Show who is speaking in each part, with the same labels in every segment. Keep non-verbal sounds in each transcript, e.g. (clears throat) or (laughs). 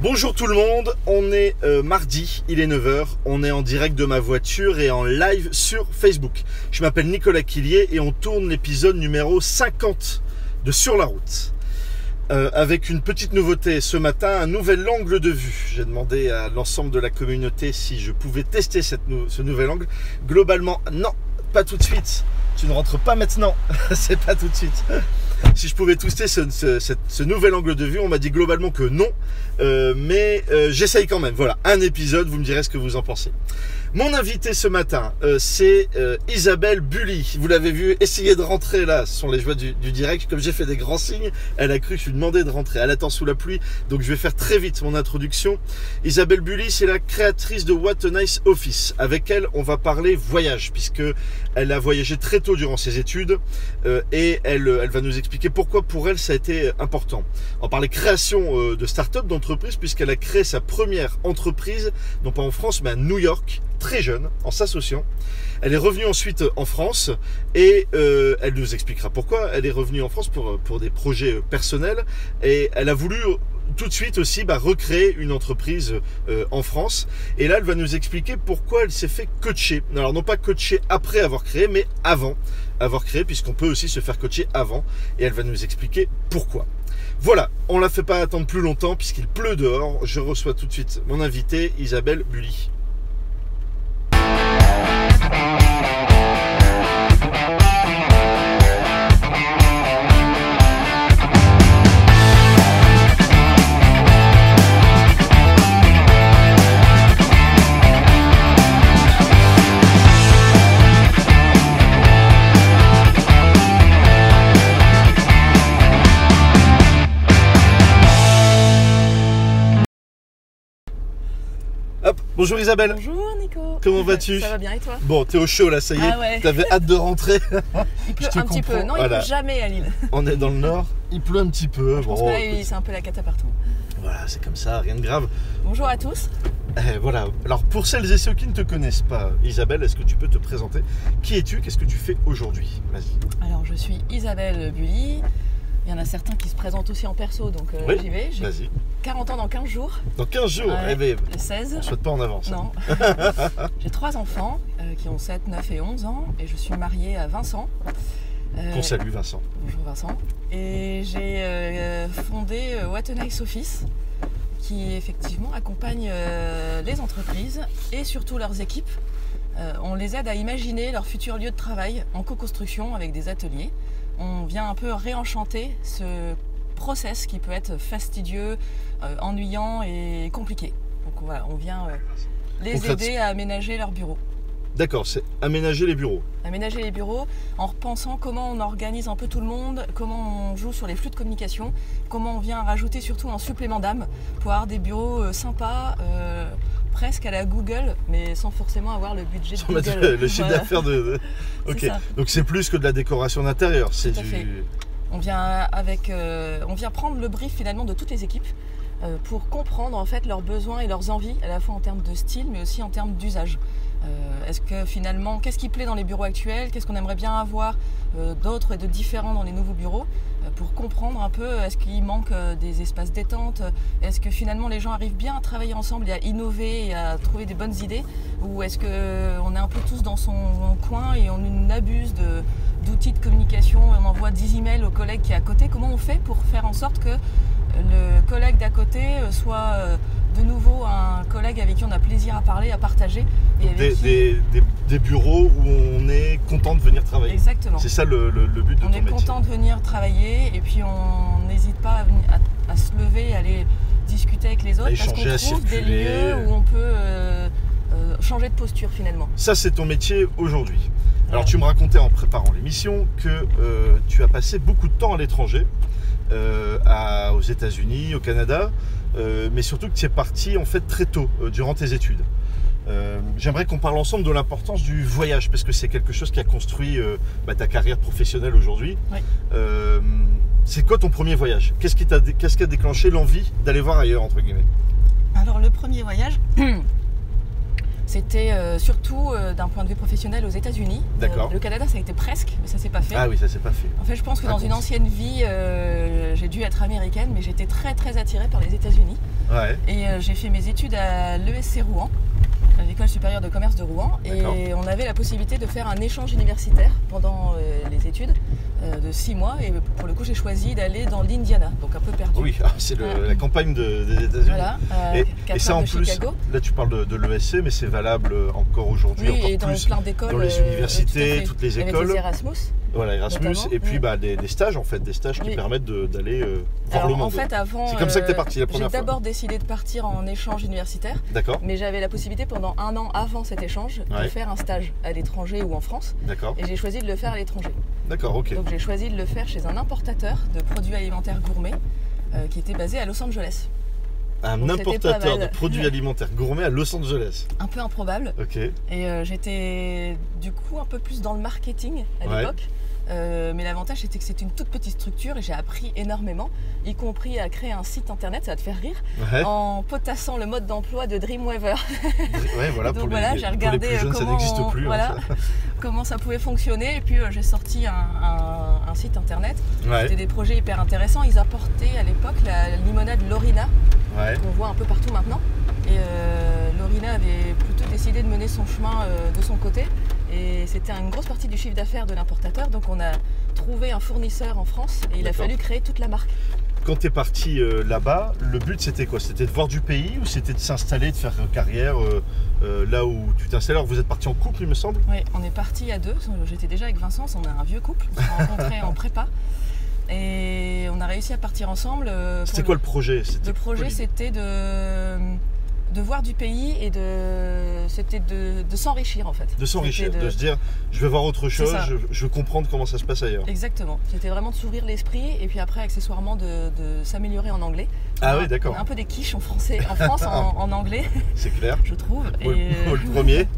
Speaker 1: Bonjour tout le monde, on est euh, mardi, il est 9h, on est en direct de ma voiture et en live sur Facebook. Je m'appelle Nicolas Quillier et on tourne l'épisode numéro 50 de Sur la route. Euh, avec une petite nouveauté ce matin, un nouvel angle de vue. J'ai demandé à l'ensemble de la communauté si je pouvais tester cette nou- ce nouvel angle. Globalement, non, pas tout de suite. Tu ne rentres pas maintenant, (laughs) c'est pas tout de suite. Si je pouvais tester ce, ce- cette- ce nouvel angle de vue, on m'a dit globalement que non, Euh, mais euh, j'essaye quand même. Voilà, un épisode, vous me direz ce que vous en pensez. Mon invité ce matin, euh, c'est euh, Isabelle Bully. Vous l'avez vu, essayer de rentrer là, ce sont les joies du, du direct. Comme j'ai fait des grands signes, elle a cru que je lui demandais de rentrer. Elle attend sous la pluie, donc je vais faire très vite mon introduction. Isabelle Bully, c'est la créatrice de What a Nice Office. Avec elle, on va parler voyage, puisque elle a voyagé très tôt durant ses études euh, et elle, elle va nous expliquer pourquoi pour elle ça a été euh, important. On parlait création euh, de start-up, d'entreprise, puisqu'elle a créé sa première entreprise, non pas en France, mais à New York, très jeune, en s'associant. Elle est revenue ensuite euh, en France et euh, elle nous expliquera pourquoi elle est revenue en France pour, pour des projets euh, personnels et elle a voulu euh, tout de suite aussi bah, recréer une entreprise euh, en France. Et là, elle va nous expliquer pourquoi elle s'est fait coacher. Alors, non pas coacher après avoir créé, mais avant avoir créé, puisqu'on peut aussi se faire coacher avant. Et elle va nous expliquer pourquoi. Voilà, on la fait pas attendre plus longtemps puisqu'il pleut dehors. Je reçois tout de suite mon invité, Isabelle Bully. Hop, bonjour Isabelle.
Speaker 2: Bonjour Nico.
Speaker 1: Comment vas-tu
Speaker 2: Ça va bien et toi
Speaker 1: Bon, t'es au chaud là, ça y est.
Speaker 2: Ah ouais.
Speaker 1: T'avais hâte de rentrer.
Speaker 2: (laughs) Il pleut
Speaker 1: Je
Speaker 2: un
Speaker 1: te
Speaker 2: petit peu.
Speaker 1: comprends.
Speaker 2: Non, il
Speaker 1: Voilà.
Speaker 2: pleut jamais à Lille.
Speaker 1: On est dans le nord, il pleut un petit peu.
Speaker 2: Je pense
Speaker 1: Bon,
Speaker 2: que là, il- c'est un peu la cata partout.
Speaker 1: voilà, c'est comme ça, rien de grave.
Speaker 2: Bonjour à tous.
Speaker 1: Eh, voilà. Alors pour celles et ceux qui ne te connaissent pas, Isabelle, est-ce que tu peux te présenter Qui es-tu Qu'est-ce que tu fais aujourd'hui Vas-y.
Speaker 2: Alors, je suis Isabelle Bully. Il y en a certains qui se présentent aussi en perso, donc euh,
Speaker 1: Oui,
Speaker 2: j'y vais. J'ai
Speaker 1: Vas-y.
Speaker 2: 40 ans dans 15 jours,
Speaker 1: Dans 15 jours,
Speaker 2: Ouais.
Speaker 1: eh ben,
Speaker 2: le 16.
Speaker 1: on souhaite pas en avance.
Speaker 2: Non. (laughs) J'ai trois enfants euh, qui ont 7, 9 et 11 ans et je suis mariée à Vincent. Euh,
Speaker 1: Qu'on salue, Vincent.
Speaker 2: Bonjour Vincent. Et j'ai euh, fondé euh, What a Nice Office qui effectivement accompagne euh, les entreprises et surtout leurs équipes. Euh, on les aide à imaginer leur futur lieu de travail en co-construction avec des ateliers. On vient un peu réenchanter ce process qui peut être fastidieux, euh, ennuyant et compliqué. Donc voilà, on vient euh, les
Speaker 1: Concrète-
Speaker 2: aider à aménager leur bureau
Speaker 1: D'accord, c'est aménager les bureaux.
Speaker 2: aménager les bureaux en repensant comment on organise un peu tout le monde, comment on joue sur les flux de communication, comment on vient rajouter surtout un supplément d'âme pour avoir des bureaux euh, sympas, euh, presque à la Google, mais sans forcément avoir le budget de
Speaker 1: Sans mettre
Speaker 2: Google.
Speaker 1: le, le chiffre
Speaker 2: Voilà.
Speaker 1: d'affaires de. de-
Speaker 2: (laughs) C'est
Speaker 1: Ok.
Speaker 2: ça.
Speaker 1: Donc c'est plus que de la décoration d'intérieur. C'est
Speaker 2: Tout à fait.
Speaker 1: du.
Speaker 2: On vient avec, euh, on vient prendre le brief finalement de toutes les équipes euh, pour comprendre en fait leurs besoins et leurs envies, à la fois en termes de style, mais aussi en termes d'usage. Euh, Est-ce que finalement, qu'est-ce qui plaît dans les bureaux actuels Qu'est-ce qu'on aimerait bien avoir euh, d'autres et de différents dans les nouveaux bureaux euh, pour comprendre un peu est-ce qu'il manque euh, des espaces détente Est-ce que finalement les gens arrivent bien à travailler ensemble et à innover et à trouver des bonnes idées Ou est-ce qu'on est un peu tous dans son coin et on abuse de, d'outils de communication, on envoie 10 emails au collègue qui est à côté. Comment on fait pour faire en sorte que euh, le collègue d'à côté soit euh, de nouveau un collègue avec qui on a plaisir à parler, à partager et avec
Speaker 1: Des,
Speaker 2: qui-
Speaker 1: des- des- des bureaux où on est content de venir travailler.
Speaker 2: Exactement.
Speaker 1: C'est ça le, le- le but de
Speaker 2: On
Speaker 1: ton
Speaker 2: est
Speaker 1: métier.
Speaker 2: content de venir travailler et puis on n'hésite pas à, venir- à- à se lever, à aller discuter avec les autres parce
Speaker 1: échanger, à
Speaker 2: qu'on trouve des
Speaker 1: circuler.
Speaker 2: lieux où on peut euh, euh, changer de posture finalement.
Speaker 1: Ça, c'est ton métier aujourd'hui. Alors,
Speaker 2: Ouais.
Speaker 1: tu me racontais en préparant l'émission que euh, tu as passé beaucoup de temps à l'étranger, euh, à- aux États-Unis, au Canada, euh, mais surtout que tu es parti en fait très tôt euh, durant tes études. Euh, J'aimerais qu'on parle ensemble de l'importance du voyage parce que c'est quelque chose qui a construit euh, bah, ta carrière professionnelle aujourd'hui.
Speaker 2: Oui.
Speaker 1: Euh, c'est quoi ton premier voyage Qu'est-ce qui t'a dé- qu'est-ce qui a déclenché l'envie d'aller voir ailleurs entre guillemets
Speaker 2: Alors le premier voyage, (clears throat) c'était euh, surtout euh, d'un point de vue professionnel aux États-Unis. Euh,
Speaker 1: D'accord.
Speaker 2: le Canada, ça a été presque, mais ça s'est pas fait.
Speaker 1: Ah oui, ça s'est pas fait.
Speaker 2: En fait, je pense que dans
Speaker 1: Raconte.
Speaker 2: une ancienne vie, euh, j'ai dû dû être américaine, mais j'étais très très attirée par les États-Unis.
Speaker 1: Ouais.
Speaker 2: Et euh, j'ai fait mes études à l'ESC Rouen, à l'école supérieure de commerce de Rouen.
Speaker 1: D'accord.
Speaker 2: Et on avait la possibilité de faire un échange universitaire pendant euh, les études euh, de six mois. Et pour le coup, j'ai choisi d'aller dans l'Indiana, donc un peu perdu.
Speaker 1: Oui, (laughs) ah, c'est le-
Speaker 2: Ouais.
Speaker 1: la campagne de- des États-Unis.
Speaker 2: Voilà, euh,
Speaker 1: Et,
Speaker 2: quatre
Speaker 1: et ça
Speaker 2: heures
Speaker 1: en
Speaker 2: de
Speaker 1: plus,
Speaker 2: Chicago.
Speaker 1: là tu parles de, de l'ESC, mais c'est valable euh, encore aujourd'hui,
Speaker 2: Oui,
Speaker 1: encore
Speaker 2: et dans
Speaker 1: plus
Speaker 2: plein d'écoles.
Speaker 1: dans les
Speaker 2: euh,
Speaker 1: universités,
Speaker 2: tout à fait.
Speaker 1: toutes les
Speaker 2: Avec
Speaker 1: écoles.
Speaker 2: Erasmus.
Speaker 1: Voilà, Erasmus,
Speaker 2: Notamment,
Speaker 1: et puis
Speaker 2: oui.
Speaker 1: bah, des, des stages en fait, des stages qui
Speaker 2: Oui.
Speaker 1: permettent de- d'aller euh, voir
Speaker 2: Alors,
Speaker 1: le monde.
Speaker 2: en fait, avant.
Speaker 1: C'est comme ça que t'es
Speaker 2: euh,
Speaker 1: parti la première
Speaker 2: J'ai
Speaker 1: fois.
Speaker 2: d'abord décidé de partir en échange universitaire,
Speaker 1: D'accord,
Speaker 2: mais j'avais la possibilité pendant un an avant cet échange de
Speaker 1: Ouais.
Speaker 2: faire un stage à l'étranger ou en France,
Speaker 1: d'accord,
Speaker 2: et j'ai choisi de le faire à l'étranger.
Speaker 1: d'accord, ok.
Speaker 2: Donc j'ai choisi de le faire chez un importateur de produits alimentaires gourmets euh, qui était basé à Los Angeles.
Speaker 1: Un
Speaker 2: donc, c'était pas
Speaker 1: importateur de
Speaker 2: mal.
Speaker 1: produits alimentaires gourmets à Los Angeles.
Speaker 2: Un peu improbable.
Speaker 1: Ok,
Speaker 2: Et euh, j'étais du coup un peu plus dans le marketing à
Speaker 1: Ouais.
Speaker 2: l'époque. Euh, mais l'avantage c'était que c'était une toute petite structure et j'ai appris énormément, y compris à créer un site internet, ça va te faire rire,
Speaker 1: ouais,
Speaker 2: en potassant le mode d'emploi de Dreamweaver.
Speaker 1: (laughs) ouais, voilà,
Speaker 2: (laughs) Donc
Speaker 1: pour,
Speaker 2: voilà,
Speaker 1: les,
Speaker 2: j'ai
Speaker 1: pour les
Speaker 2: regardé euh,
Speaker 1: plus jeunes, ça
Speaker 2: comment
Speaker 1: n'existe
Speaker 2: on-
Speaker 1: plus. hein,
Speaker 2: voilà. (laughs) Comment ça pouvait fonctionner et puis euh, j'ai sorti un- un- un site internet.
Speaker 1: ça. Ouais,
Speaker 2: C'était des projets hyper intéressants. Ils apportaient à l'époque la limonade Lorina
Speaker 1: ouais,
Speaker 2: qu'on voit un peu partout maintenant. Et euh, Lorina avait plutôt décidé de mener son chemin euh, de son côté. Et c'était une grosse partie du chiffre d'affaires de l'importateur. Donc on a trouvé un fournisseur en France et il a
Speaker 1: D'accord.
Speaker 2: fallu créer toute la marque.
Speaker 1: Quand t'es parti euh, là-bas, le but c'était quoi C'était de voir du pays ou c'était de s'installer, de faire euh, carrière euh, euh, là où tu t'installes Alors vous êtes parti en couple, il me semble
Speaker 2: Oui, on est parti à deux. J'étais déjà avec Vincent, on est un vieux couple. On s'est
Speaker 1: (laughs)
Speaker 2: rencontrés en prépa. Et on a réussi à partir ensemble. euh, pour
Speaker 1: C'était
Speaker 2: le-
Speaker 1: quoi le projet C'était
Speaker 2: Le projet,
Speaker 1: quoi l'idée
Speaker 2: c'était de, de voir du pays et de, c'était de, de s'enrichir en fait.
Speaker 1: de s'enrichir,
Speaker 2: C'était
Speaker 1: de...
Speaker 2: de-
Speaker 1: se dire je vais voir autre
Speaker 2: C'est
Speaker 1: chose,
Speaker 2: ça.
Speaker 1: je, je veux comprendre comment ça se passe ailleurs.
Speaker 2: Exactement. C'était vraiment de s'ouvrir l'esprit et puis après, accessoirement, de, de s'améliorer en anglais.
Speaker 1: Ah
Speaker 2: On a-
Speaker 1: oui, d'accord.
Speaker 2: On a un peu des quiches en français, en
Speaker 1: (laughs)
Speaker 2: France, en, en anglais,
Speaker 1: C'est clair.
Speaker 2: je trouve.
Speaker 1: Moi,
Speaker 2: Et, euh,
Speaker 1: le- moi, le premier.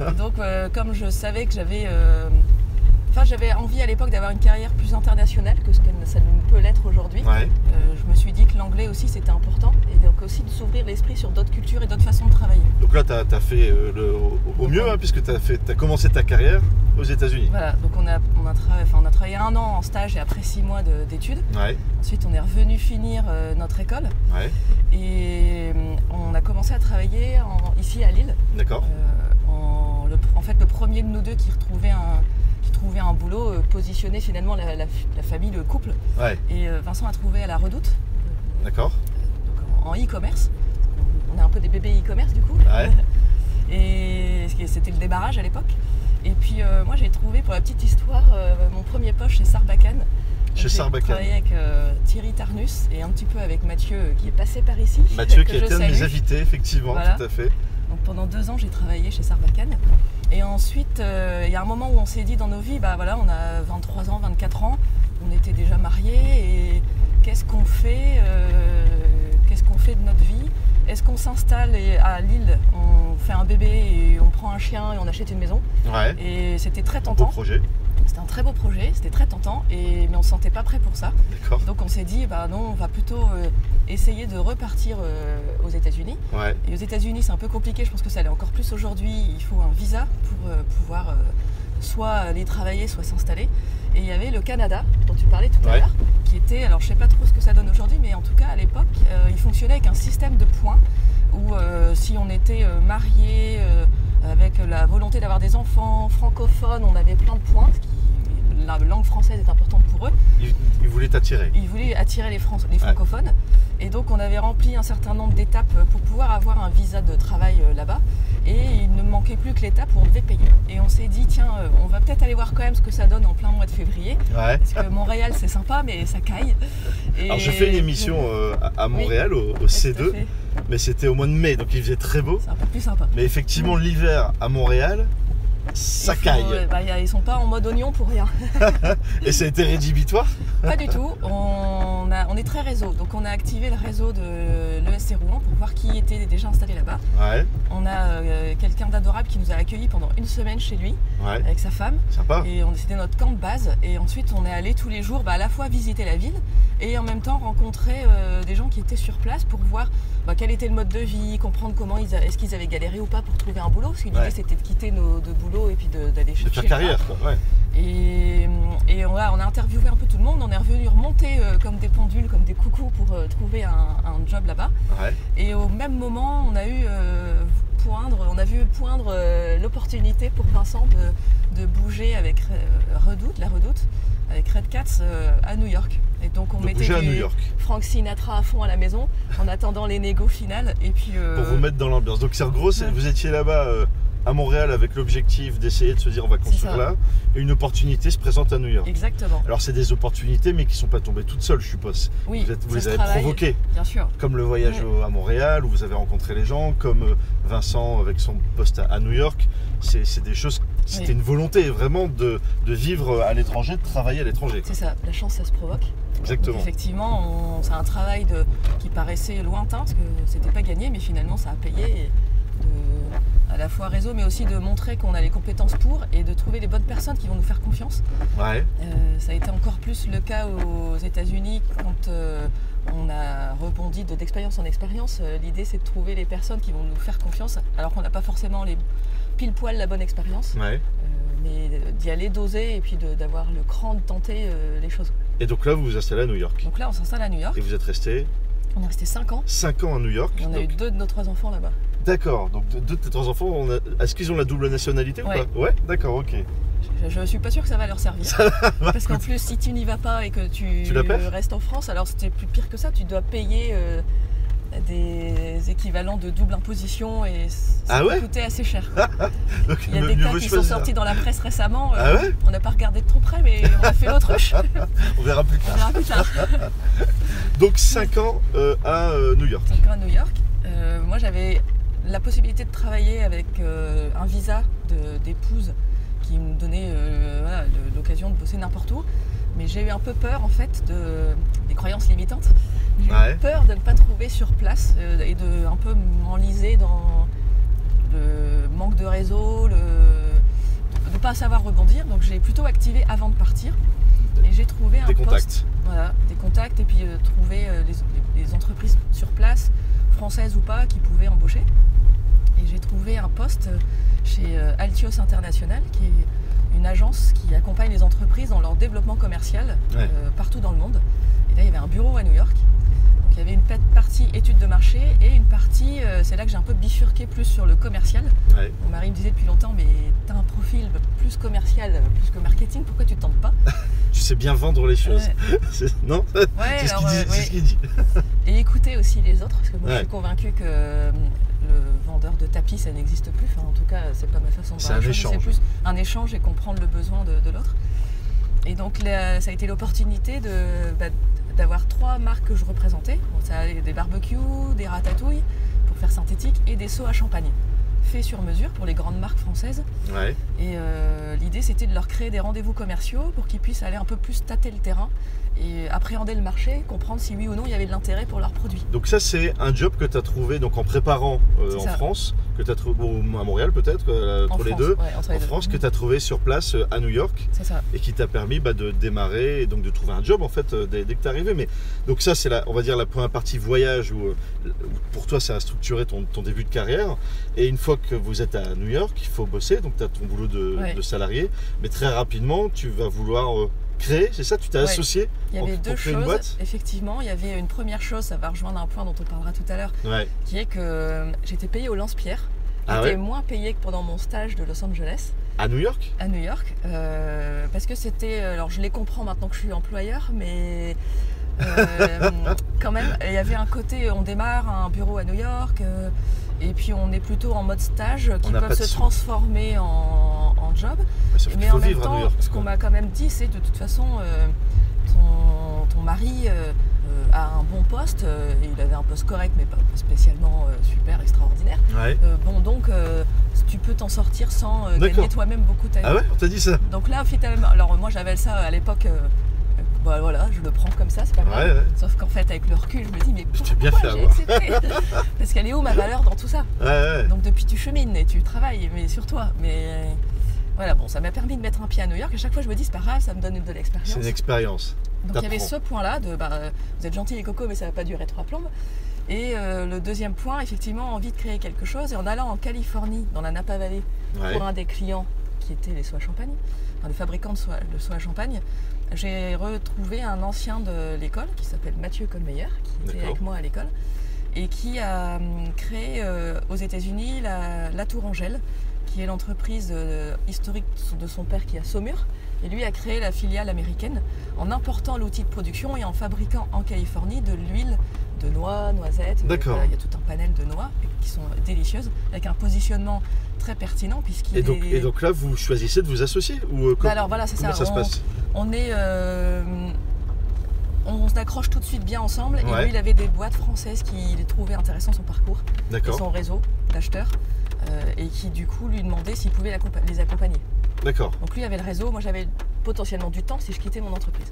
Speaker 2: et donc, euh, comme je savais que j'avais. euh, Enfin, j'avais envie à l'époque d'avoir une carrière plus internationale que ce que ça ne peut l'être aujourd'hui.
Speaker 1: Ouais.
Speaker 2: Euh, je me suis dit que l'anglais aussi c'était important et donc aussi de s'ouvrir l'esprit sur d'autres cultures et d'autres façons de travailler.
Speaker 1: Donc là, tu as, fait euh, le- au, au mieux, hein, puisque tu as, commencé ta carrière aux États-Unis.
Speaker 2: Voilà, donc on a, on a, tra- enfin, on a travaillé un an en stage et après six mois de- d'études.
Speaker 1: Ouais,
Speaker 2: Ensuite, on est revenu finir euh, notre école
Speaker 1: ouais.
Speaker 2: et euh, on a commencé à travailler en- ici à Lille.
Speaker 1: D'accord.
Speaker 2: Euh, en, le- en fait, le premier de nous deux qui retrouvait un, qui trouvait un boulot euh, positionnait finalement la, la- la famille, le couple.
Speaker 1: Ouais,
Speaker 2: Et euh, Vincent a trouvé à la Redoute,
Speaker 1: d'accord.
Speaker 2: donc en en e-commerce. On a un peu des bébés e-commerce du coup.
Speaker 1: Ouais.
Speaker 2: (laughs) Et ce qui- c'était le débarrage à l'époque. Et puis euh, moi j'ai trouvé pour la petite histoire euh, mon premier poste chez Sarbacane. Donc,
Speaker 1: Chez
Speaker 2: j'ai
Speaker 1: Sarbacane.
Speaker 2: travaillé avec euh, Thierry Tarnus et un petit peu avec Mathieu euh, qui est passé par ici.
Speaker 1: Mathieu,
Speaker 2: (laughs) que
Speaker 1: qui a
Speaker 2: je
Speaker 1: été un de
Speaker 2: salue.
Speaker 1: mes invités, effectivement,
Speaker 2: Voilà.
Speaker 1: tout à fait.
Speaker 2: Donc pendant deux ans j'ai travaillé chez Sarbacane. Et ensuite euh, il y a un moment où on s'est dit dans nos vies, bah voilà on a 23 ans, 24 ans, on était déjà mariés et qu'est-ce qu'on fait euh, Qu'est-ce qu'on fait de notre vie Est-ce qu'on s'installe et- à Lille, on fait un bébé et on prend un chien et on achète une maison
Speaker 1: Ouais.
Speaker 2: et c'était très
Speaker 1: Un beau
Speaker 2: tentant.
Speaker 1: projet.
Speaker 2: C'était un très beau projet, c'était très tentant, et, mais on se sentait pas prêt pour ça.
Speaker 1: D'accord.
Speaker 2: Donc on s'est dit, bah non, on va plutôt euh, essayer de repartir euh, aux États-Unis.
Speaker 1: Ouais.
Speaker 2: Et aux États-Unis, c'est un peu compliqué, je pense que ça l'est encore plus aujourd'hui. Il faut un visa pour euh, pouvoir euh, soit aller travailler, soit s'installer. Et il y avait le Canada, dont tu parlais tout à
Speaker 1: Ouais.
Speaker 2: l'heure, qui était, alors je sais pas trop ce que ça donne aujourd'hui, mais en tout cas à l'époque, euh, il fonctionnait avec un système de points où euh, si on était euh, marié, euh, avec la volonté d'avoir des enfants francophones, on avait plein de points, ce qui- la langue française est importante pour eux.
Speaker 1: Il, il voulait t'attirer.
Speaker 2: Ils voulaient attirer les, Fran- les francophones. Et donc on avait rempli un certain nombre d'étapes euh, pour pouvoir avoir un visa de travail euh, là-bas. Et il ne manquait plus que l'étape où on devait payer. Et on s'est dit, tiens, euh, on va peut-être aller voir quand même ce que ça donne en plein mois de février.
Speaker 1: Ouais.
Speaker 2: Parce que Montréal, c'est sympa, mais ça caille. Et-
Speaker 1: Alors, je fais une émission euh, à- à Montréal, au, au
Speaker 2: Ouais, tout à
Speaker 1: C2,
Speaker 2: fait.
Speaker 1: mais c'était au mois de mai, donc il faisait très beau.
Speaker 2: C'est un peu plus sympa.
Speaker 1: Mais effectivement, l'hiver à Montréal, ça
Speaker 2: Il faut-
Speaker 1: caille.
Speaker 2: euh, bah, y a- ils sont pas en mode oignon pour rien. (laughs)
Speaker 1: Et ça a été rédhibitoire
Speaker 2: Pas du tout. On, a- on est très réseau. Donc on a activé le réseau de l'ESC Rouen pour voir qui était déjà installé là-bas.
Speaker 1: Ouais,
Speaker 2: On a euh, quelqu'un d'adorable qui nous a accueillis pendant une semaine chez lui
Speaker 1: ouais,
Speaker 2: avec sa femme.
Speaker 1: sympa.
Speaker 2: Et on c'était notre camp de base. Et ensuite on est allé tous les jours bah, à la fois visiter la ville et en même temps rencontrer euh, des gens qui étaient sur place pour voir bah, quel était le mode de vie, comprendre comment ils a- est-ce qu'ils avaient galéré ou pas pour trouver un boulot. Parce que l'idée
Speaker 1: Ouais.
Speaker 2: c'était de quitter nos deux boulots et puis de- d'aller
Speaker 1: De
Speaker 2: chercher.
Speaker 1: faire
Speaker 2: le-
Speaker 1: carrière, quoi. Ouais.
Speaker 2: Et, et on, a, on a interviewé un peu tout le monde, on est revenu remonter euh, comme des pendules, comme des coucous pour euh, trouver un, un job là-bas.
Speaker 1: Ouais.
Speaker 2: Et au même moment, on a eu euh, poindre, on a vu poindre euh, l'opportunité pour Vincent de, de bouger avec euh, Redoute, la Redoute, avec Red Cats euh, à New York. Et donc on
Speaker 1: De
Speaker 2: mettait
Speaker 1: bouger à
Speaker 2: du
Speaker 1: New York
Speaker 2: Frank Sinatra à fond à la maison en attendant les négos finales. Et puis euh,
Speaker 1: pour vous mettre dans l'ambiance. Donc c'est en gros, c'est-
Speaker 2: ouais.
Speaker 1: vous étiez là-bas euh, à Montréal avec l'objectif d'essayer de se dire on va construire
Speaker 2: ça.
Speaker 1: là, et une opportunité se présente à New York.
Speaker 2: exactement.
Speaker 1: Alors c'est des opportunités, mais qui sont pas tombées toutes seules, je suppose.
Speaker 2: Oui,
Speaker 1: Vous, êtes- vous
Speaker 2: ça
Speaker 1: les
Speaker 2: se
Speaker 1: avez
Speaker 2: travaille,
Speaker 1: provoquées,
Speaker 2: Bien sûr.
Speaker 1: comme le voyage
Speaker 2: Ouais.
Speaker 1: au- à Montréal où vous avez rencontré les gens, comme euh, Vincent avec son poste à, à New York. C'est c'est des choses. C'était
Speaker 2: Oui.
Speaker 1: une volonté vraiment de, de vivre à l'étranger, de travailler à l'étranger. quoi.
Speaker 2: C'est ça. La chance, ça se provoque. Donc,
Speaker 1: Exactement.
Speaker 2: effectivement, on- c'est un travail de- qui paraissait lointain parce que c'était pas gagné, mais finalement ça a payé. et de- à la fois réseau, mais aussi de montrer qu'on a les compétences pour et de trouver les bonnes personnes qui vont nous faire confiance.
Speaker 1: Ouais.
Speaker 2: Euh, ça a été encore plus le cas aux États-Unis quand euh, on a rebondi de- d'expérience en expérience. Euh, L'idée, c'est de trouver les personnes qui vont nous faire confiance, alors qu'on n'a pas forcément les pile poil la bonne expérience,
Speaker 1: Ouais.
Speaker 2: Euh, mais d'y aller doser et puis de- d'avoir le cran de tenter euh, les choses.
Speaker 1: Et donc là, vous vous installez à New York.
Speaker 2: Donc là, on s'installe à New York.
Speaker 1: Et vous êtes resté
Speaker 2: On est resté 5 ans.
Speaker 1: 5 ans à New York.
Speaker 2: Et on a
Speaker 1: Donc,
Speaker 2: eu deux de nos trois enfants là-bas.
Speaker 1: D'accord, donc deux de tes trois enfants, on a- est-ce qu'ils ont la double nationalité
Speaker 2: Ouais.
Speaker 1: ou pas Ouais, d'accord, ok.
Speaker 2: Je, je suis pas sûre que ça va leur servir. Parce qu'en plus, si tu n'y vas pas et que tu,
Speaker 1: Tu la perds
Speaker 2: restes en France, alors c'était plus pire que ça. Tu dois payer euh, des équivalents de double imposition et c- ça
Speaker 1: Ah
Speaker 2: peut
Speaker 1: ouais Ah,
Speaker 2: coûter assez cher.
Speaker 1: Donc,
Speaker 2: Il y a
Speaker 1: mieux-
Speaker 2: des
Speaker 1: mieux
Speaker 2: cas
Speaker 1: vaut
Speaker 2: qui sont
Speaker 1: choisir.
Speaker 2: sortis dans la presse récemment. euh,
Speaker 1: Ah ouais
Speaker 2: on n'a pas regardé de trop près, mais on a
Speaker 1: (laughs)
Speaker 2: fait l'autruche.
Speaker 1: On verra plus tard.
Speaker 2: on verra plus tard.
Speaker 1: Donc 5 ans euh, à euh, New York.
Speaker 2: Encore à New York. Euh, moi, j'avais la possibilité de travailler avec euh, un visa de- d'épouse qui me donnait euh, voilà, de- l'occasion de bosser n'importe où. Mais j'ai eu un peu peur, en fait, de, des croyances limitantes. J'ai eu
Speaker 1: Ah Ouais.
Speaker 2: peur de ne pas trouver sur place euh, et de un peu m'enliser dans le manque de réseau, le- de ne pas savoir rebondir. Donc, j'ai plutôt activé avant de partir. Et j'ai trouvé un
Speaker 1: Des
Speaker 2: poste
Speaker 1: contacts.
Speaker 2: voilà, des contacts et puis euh, trouver euh, les, les- les entreprises sur place, françaises ou pas, qui pouvaient embaucher. Et j'ai trouvé un poste euh, chez euh, Altios International, qui est une agence qui accompagne les entreprises dans leur développement commercial
Speaker 1: Ouais.
Speaker 2: euh, partout dans le monde. Et là, il y avait un bureau à New York. Donc il y avait une pa- partie études de marché et une partie, euh, c'est là que j'ai un peu bifurqué plus sur le commercial.
Speaker 1: Ouais.
Speaker 2: Mon mari me disait depuis longtemps, mais t'as un profil plus commercial, euh, plus que marketing, pourquoi tu te tentes pas
Speaker 1: Tu sais bien vendre les choses. (laughs) C'est- Non
Speaker 2: Ouais,
Speaker 1: C'est ce
Speaker 2: alors,
Speaker 1: qu'il dit.
Speaker 2: euh,
Speaker 1: c'est
Speaker 2: ouais.
Speaker 1: ce qu'il dit.
Speaker 2: Et écouter aussi les autres, parce que moi
Speaker 1: Ouais.
Speaker 2: je suis convaincue que euh, le vendeur de tapis ça n'existe plus. Enfin, en tout cas, c'est pas ma façon de
Speaker 1: C'est
Speaker 2: voir la
Speaker 1: un
Speaker 2: chose,
Speaker 1: échange.
Speaker 2: C'est plus un échange et comprendre le besoin de, de l'autre. Et donc là, ça a été l'opportunité de- bah, d'avoir trois marques que je représentais. Bon, ça allait des barbecues, des ratatouilles pour faire synthétique et des seaux à champagne faits sur mesure pour les grandes marques françaises.
Speaker 1: Ouais.
Speaker 2: Et euh, l'idée, c'était de leur créer des rendez-vous commerciaux pour qu'ils puissent aller un peu plus tâter le terrain et appréhender le marché, comprendre si oui ou non il y avait de l'intérêt pour leurs produits.
Speaker 1: Donc ça c'est un job que tu as trouvé donc en préparant euh,
Speaker 2: C'est
Speaker 1: en
Speaker 2: ça.
Speaker 1: France, que tu as trouvé ou à Montréal peut-être, quoi,
Speaker 2: En
Speaker 1: entre les
Speaker 2: France,
Speaker 1: deux.
Speaker 2: ouais, entre les
Speaker 1: En
Speaker 2: deux.
Speaker 1: France, que tu as trouvé sur place euh, à New York.
Speaker 2: C'est ça.
Speaker 1: et qui t'a permis bah, de démarrer et donc de trouver un job en fait euh, dès, dès que t'es arrivé. Mais donc ça c'est la, on va dire la première partie voyage où, euh, où pour toi ça a structuré ton, ton début de carrière. Et une fois que vous êtes à New York, il faut bosser, donc tu as ton boulot de,
Speaker 2: Ouais.
Speaker 1: de salarié, mais très rapidement tu vas vouloir euh, créer, c'est ça Tu t'es
Speaker 2: Ouais.
Speaker 1: associé
Speaker 2: Il y
Speaker 1: Pour-
Speaker 2: avait
Speaker 1: pour
Speaker 2: deux
Speaker 1: créer une boîte
Speaker 2: choses. Effectivement, il y avait une première chose, ça va rejoindre un point dont on parlera tout à l'heure,
Speaker 1: Ouais.
Speaker 2: qui est que euh, j'étais payée au lance-pierre.
Speaker 1: Ah ouais
Speaker 2: j'étais moins payée que pendant mon stage de Los Angeles
Speaker 1: À New York
Speaker 2: à New York. euh, parce que c'était. Alors je les comprends maintenant que je suis employeur, mais.
Speaker 1: (laughs)
Speaker 2: euh, quand même, il y avait un côté, on démarre un bureau à New York, euh, et puis on est plutôt en mode stage qui
Speaker 1: On n'a
Speaker 2: peuvent
Speaker 1: pas de
Speaker 2: se
Speaker 1: sous.
Speaker 2: transformer en- en job.
Speaker 1: Bah, sauf qu'il
Speaker 2: Mais
Speaker 1: faut
Speaker 2: en même
Speaker 1: vivre à
Speaker 2: temps,
Speaker 1: New York.
Speaker 2: ce qu'on m'a quand même dit, c'est de toute façon, euh, ton, ton mari euh, euh, a un bon poste, euh, et il avait un poste correct, mais pas spécialement euh, super extraordinaire.
Speaker 1: Ouais.
Speaker 2: Euh, bon, donc, euh, tu peux t'en sortir sans euh, gagner
Speaker 1: D'accord.
Speaker 2: toi-même beaucoup ta vie.
Speaker 1: Ah ouais On t'a dit ça
Speaker 2: Donc là, au final, alors moi j'avais ça à l'époque, euh, euh, bah, voilà, je le prends comme ça, c'est pas
Speaker 1: Ouais,
Speaker 2: grave.
Speaker 1: ouais.
Speaker 2: Sauf qu'en fait, avec le recul, je me dis, mais
Speaker 1: Je
Speaker 2: pourquoi
Speaker 1: t'ai bien fait
Speaker 2: j'ai
Speaker 1: avoir.
Speaker 2: accepté
Speaker 1: (laughs)
Speaker 2: Parce qu'elle est où ma valeur dans tout ça
Speaker 1: Ouais, ouais.
Speaker 2: donc depuis tu chemines et tu travailles, mais sur toi. Mais voilà, bon, ça m'a permis de mettre un pied à New York. À chaque fois, je me dis, c'est pas grave, ça me donne de l'expérience.
Speaker 1: C'est une expérience.
Speaker 2: Donc il y avait
Speaker 1: t'apprends.
Speaker 2: ce point-là de, bah, euh, vous êtes gentil les cocos, mais ça va pas durer trois plombes. Et euh, le deuxième point, effectivement, envie de créer quelque chose. Et en allant en Californie, dans la Napa Valley,
Speaker 1: Ouais.
Speaker 2: pour un des clients qui étaient les soies à champagne, enfin, le fabricant de soie, de soie à champagne, j'ai retrouvé un ancien de l'école qui s'appelle Mathieu Colmeyer, qui était
Speaker 1: D'accord.
Speaker 2: avec moi à l'école, et qui a hum, créé euh, aux États-Unis la, la Tour Angèle, qui est l'entreprise euh, historique de son père qui est à Saumur. Et lui a créé la filiale américaine en important l'outil de production et en fabriquant en Californie de l'huile de noix, noisettes. euh,
Speaker 1: D'accord.
Speaker 2: voilà, Il y a tout un panel de noix qui sont délicieuses, avec un positionnement très pertinent puisqu'il
Speaker 1: Et donc,
Speaker 2: est-
Speaker 1: et donc là, vous choisissez de vous associer ou euh,
Speaker 2: Bah
Speaker 1: com-
Speaker 2: alors voilà, c'est
Speaker 1: comment
Speaker 2: ça.
Speaker 1: ça se
Speaker 2: on-
Speaker 1: passe
Speaker 2: on est. euh, on s'accroche tout de suite bien ensemble. Et
Speaker 1: Ouais.
Speaker 2: lui, il avait des boîtes françaises qui trouvaient intéressant son parcours et
Speaker 1: D'accord,
Speaker 2: son réseau d'acheteurs. euh, et qui, du coup, lui demandaient s'il pouvait l'accompa- les accompagner.
Speaker 1: d'accord.
Speaker 2: Donc lui avait le réseau, moi j'avais potentiellement du temps si je quittais mon entreprise.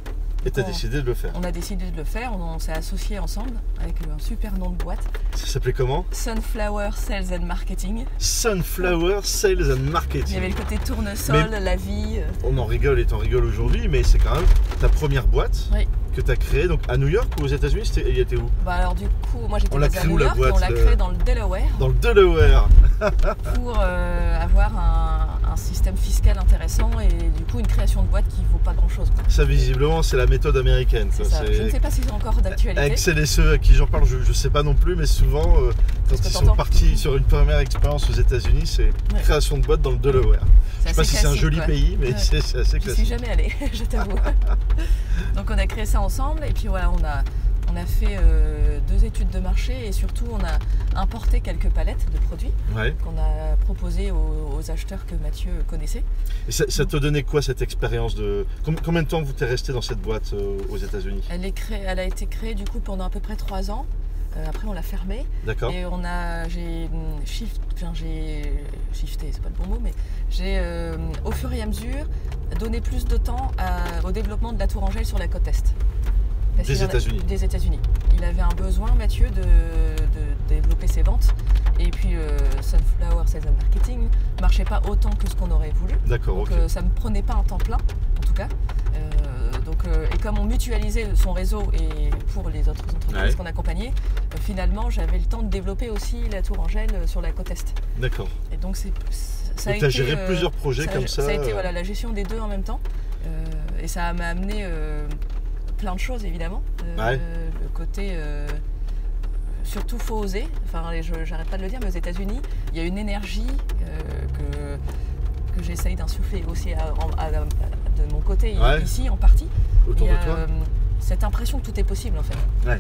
Speaker 1: Et t'as
Speaker 2: on-
Speaker 1: décidé de le faire.
Speaker 2: On a décidé de le faire, on, on s'est associé ensemble avec euh, un super nom de boîte
Speaker 1: Ça s'appelait comment
Speaker 2: Sunflower Sales and Marketing.
Speaker 1: Sunflower Sales and
Speaker 2: Il y
Speaker 1: Marketing.
Speaker 2: avait le côté tournesol, la vie. euh,
Speaker 1: On en rigole et t'en rigoles aujourd'hui, mais c'est quand même ta première boîte
Speaker 2: Oui.
Speaker 1: que t'as créée donc à New York ou aux États-Unis C'était- Elle était où
Speaker 2: Bah alors du coup, moi j'étais
Speaker 1: On l'a
Speaker 2: basée à
Speaker 1: créé où,
Speaker 2: New
Speaker 1: la
Speaker 2: York et on
Speaker 1: boîte,
Speaker 2: l'a
Speaker 1: euh,
Speaker 2: créé dans le Delaware.
Speaker 1: Dans le Delaware.
Speaker 2: pour euh, avoir un, un système fiscal intéressant et du coup une création de boîte qui vaut pas grand chose.
Speaker 1: Ça, visiblement, c'est la méthode américaine.
Speaker 2: C'est
Speaker 1: quoi.
Speaker 2: ça.
Speaker 1: C'est-
Speaker 2: Je ne sais pas si c'est encore
Speaker 1: Avec
Speaker 2: d'actualité.
Speaker 1: celles et ceux à qui j'en parle, je, je sais pas non plus, mais souvent, euh, quand
Speaker 2: Parce que
Speaker 1: ils sont
Speaker 2: t'entends.
Speaker 1: partis sur une première expérience aux États-Unis, c'est
Speaker 2: Ouais. Bah,
Speaker 1: création de boîte dans le Delaware. Je
Speaker 2: C'est
Speaker 1: sais pas si c'est un
Speaker 2: classique,
Speaker 1: joli
Speaker 2: quoi.
Speaker 1: pays, mais
Speaker 2: Ouais.
Speaker 1: c'est c'est assez
Speaker 2: J'y suis
Speaker 1: classique.
Speaker 2: jamais allée, (laughs) je t'avoue. Donc on a créé ça ensemble et puis voilà, on a, on a fait euh, deux études de marché et surtout on a importé quelques palettes de produits
Speaker 1: Ouais.
Speaker 2: qu'on a proposées aux, aux acheteurs que Mathieu connaissait.
Speaker 1: Et ça, ça te donnait quoi cette expérience de Com- Combien de temps vous t'es resté dans cette boîte euh, aux États-Unis
Speaker 2: Elle, est créée, elle a été créée du coup pendant à peu près trois ans. Euh, après on l'a fermée.
Speaker 1: D'accord.
Speaker 2: Et on a, j'ai hum, shift, enfin, j'ai shifté, c'est pas le bon mot, mais j'ai euh, au fur et à mesure donné plus de temps à- au développement de la Tour Angèle sur la côte est. Parce
Speaker 1: Des
Speaker 2: qu'il en a-
Speaker 1: États-Unis.
Speaker 2: Des États-Unis. Il avait un besoin, Mathieu, de, de développer ses ventes. Et puis euh, Sunflower Sales and Marketing marchait pas autant que ce qu'on aurait voulu.
Speaker 1: D'accord.
Speaker 2: Donc
Speaker 1: Ok.
Speaker 2: euh, ça me prenait pas un temps plein, en tout cas. Euh, donc, euh, et comme on mutualisait son réseau et pour les autres entreprises
Speaker 1: Ouais.
Speaker 2: qu'on accompagnait, euh, finalement j'avais le temps de développer aussi la Tour Angèle euh, sur la côte Est.
Speaker 1: D'accord.
Speaker 2: Et donc c'est, ça a
Speaker 1: Donc t'as
Speaker 2: été,
Speaker 1: géré
Speaker 2: euh,
Speaker 1: plusieurs projets
Speaker 2: ça a-
Speaker 1: comme ça.
Speaker 2: ça a été
Speaker 1: euh,
Speaker 2: voilà, la gestion des deux en même temps. Euh, et ça m'a amené euh, plein de choses évidemment. Euh,
Speaker 1: Ouais.
Speaker 2: Le côté. euh, Surtout, faut oser. Enfin, et je- j'arrête pas de le dire, mais aux États-Unis, il y a une énergie euh, que, que j'essaye d'insuffler aussi à- en- à- à- de mon côté,
Speaker 1: Ouais.
Speaker 2: ici en partie.
Speaker 1: autour
Speaker 2: Il y
Speaker 1: de
Speaker 2: a,
Speaker 1: toi.
Speaker 2: euh, cette impression que tout est possible en fait.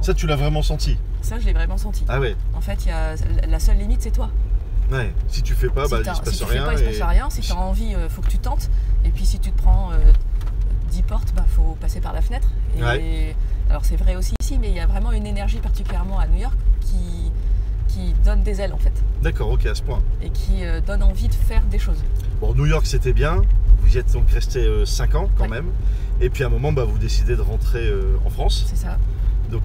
Speaker 1: Ça, tu l'as vraiment senti.
Speaker 2: Ça, je l'ai vraiment senti.
Speaker 1: Ah ouais.
Speaker 2: En fait, il y a, la seule limite, c'est toi.
Speaker 1: Ouais. Si tu fais pas,
Speaker 2: Si
Speaker 1: bah, il
Speaker 2: t'as-
Speaker 1: se passe
Speaker 2: si tu fais
Speaker 1: rien.
Speaker 2: pas, il se
Speaker 1: et-
Speaker 2: passe rien. Si tu as envie, euh, faut que tu tentes. Et puis si tu te prends euh, 10 portes, bah, faut passer par la fenêtre. Et alors c'est vrai aussi ici, mais il y a vraiment une énergie particulièrement à New York qui, qui donne des ailes en fait.
Speaker 1: D'accord. Ok. À ce point.
Speaker 2: Et qui euh, donne envie de faire des choses.
Speaker 1: Bon, New York, c'était bien. Vous y êtes donc resté 5 ans quand
Speaker 2: Ouais.
Speaker 1: même. Et puis à un moment, bah, vous décidez de rentrer euh, en France.
Speaker 2: C'est ça.
Speaker 1: Donc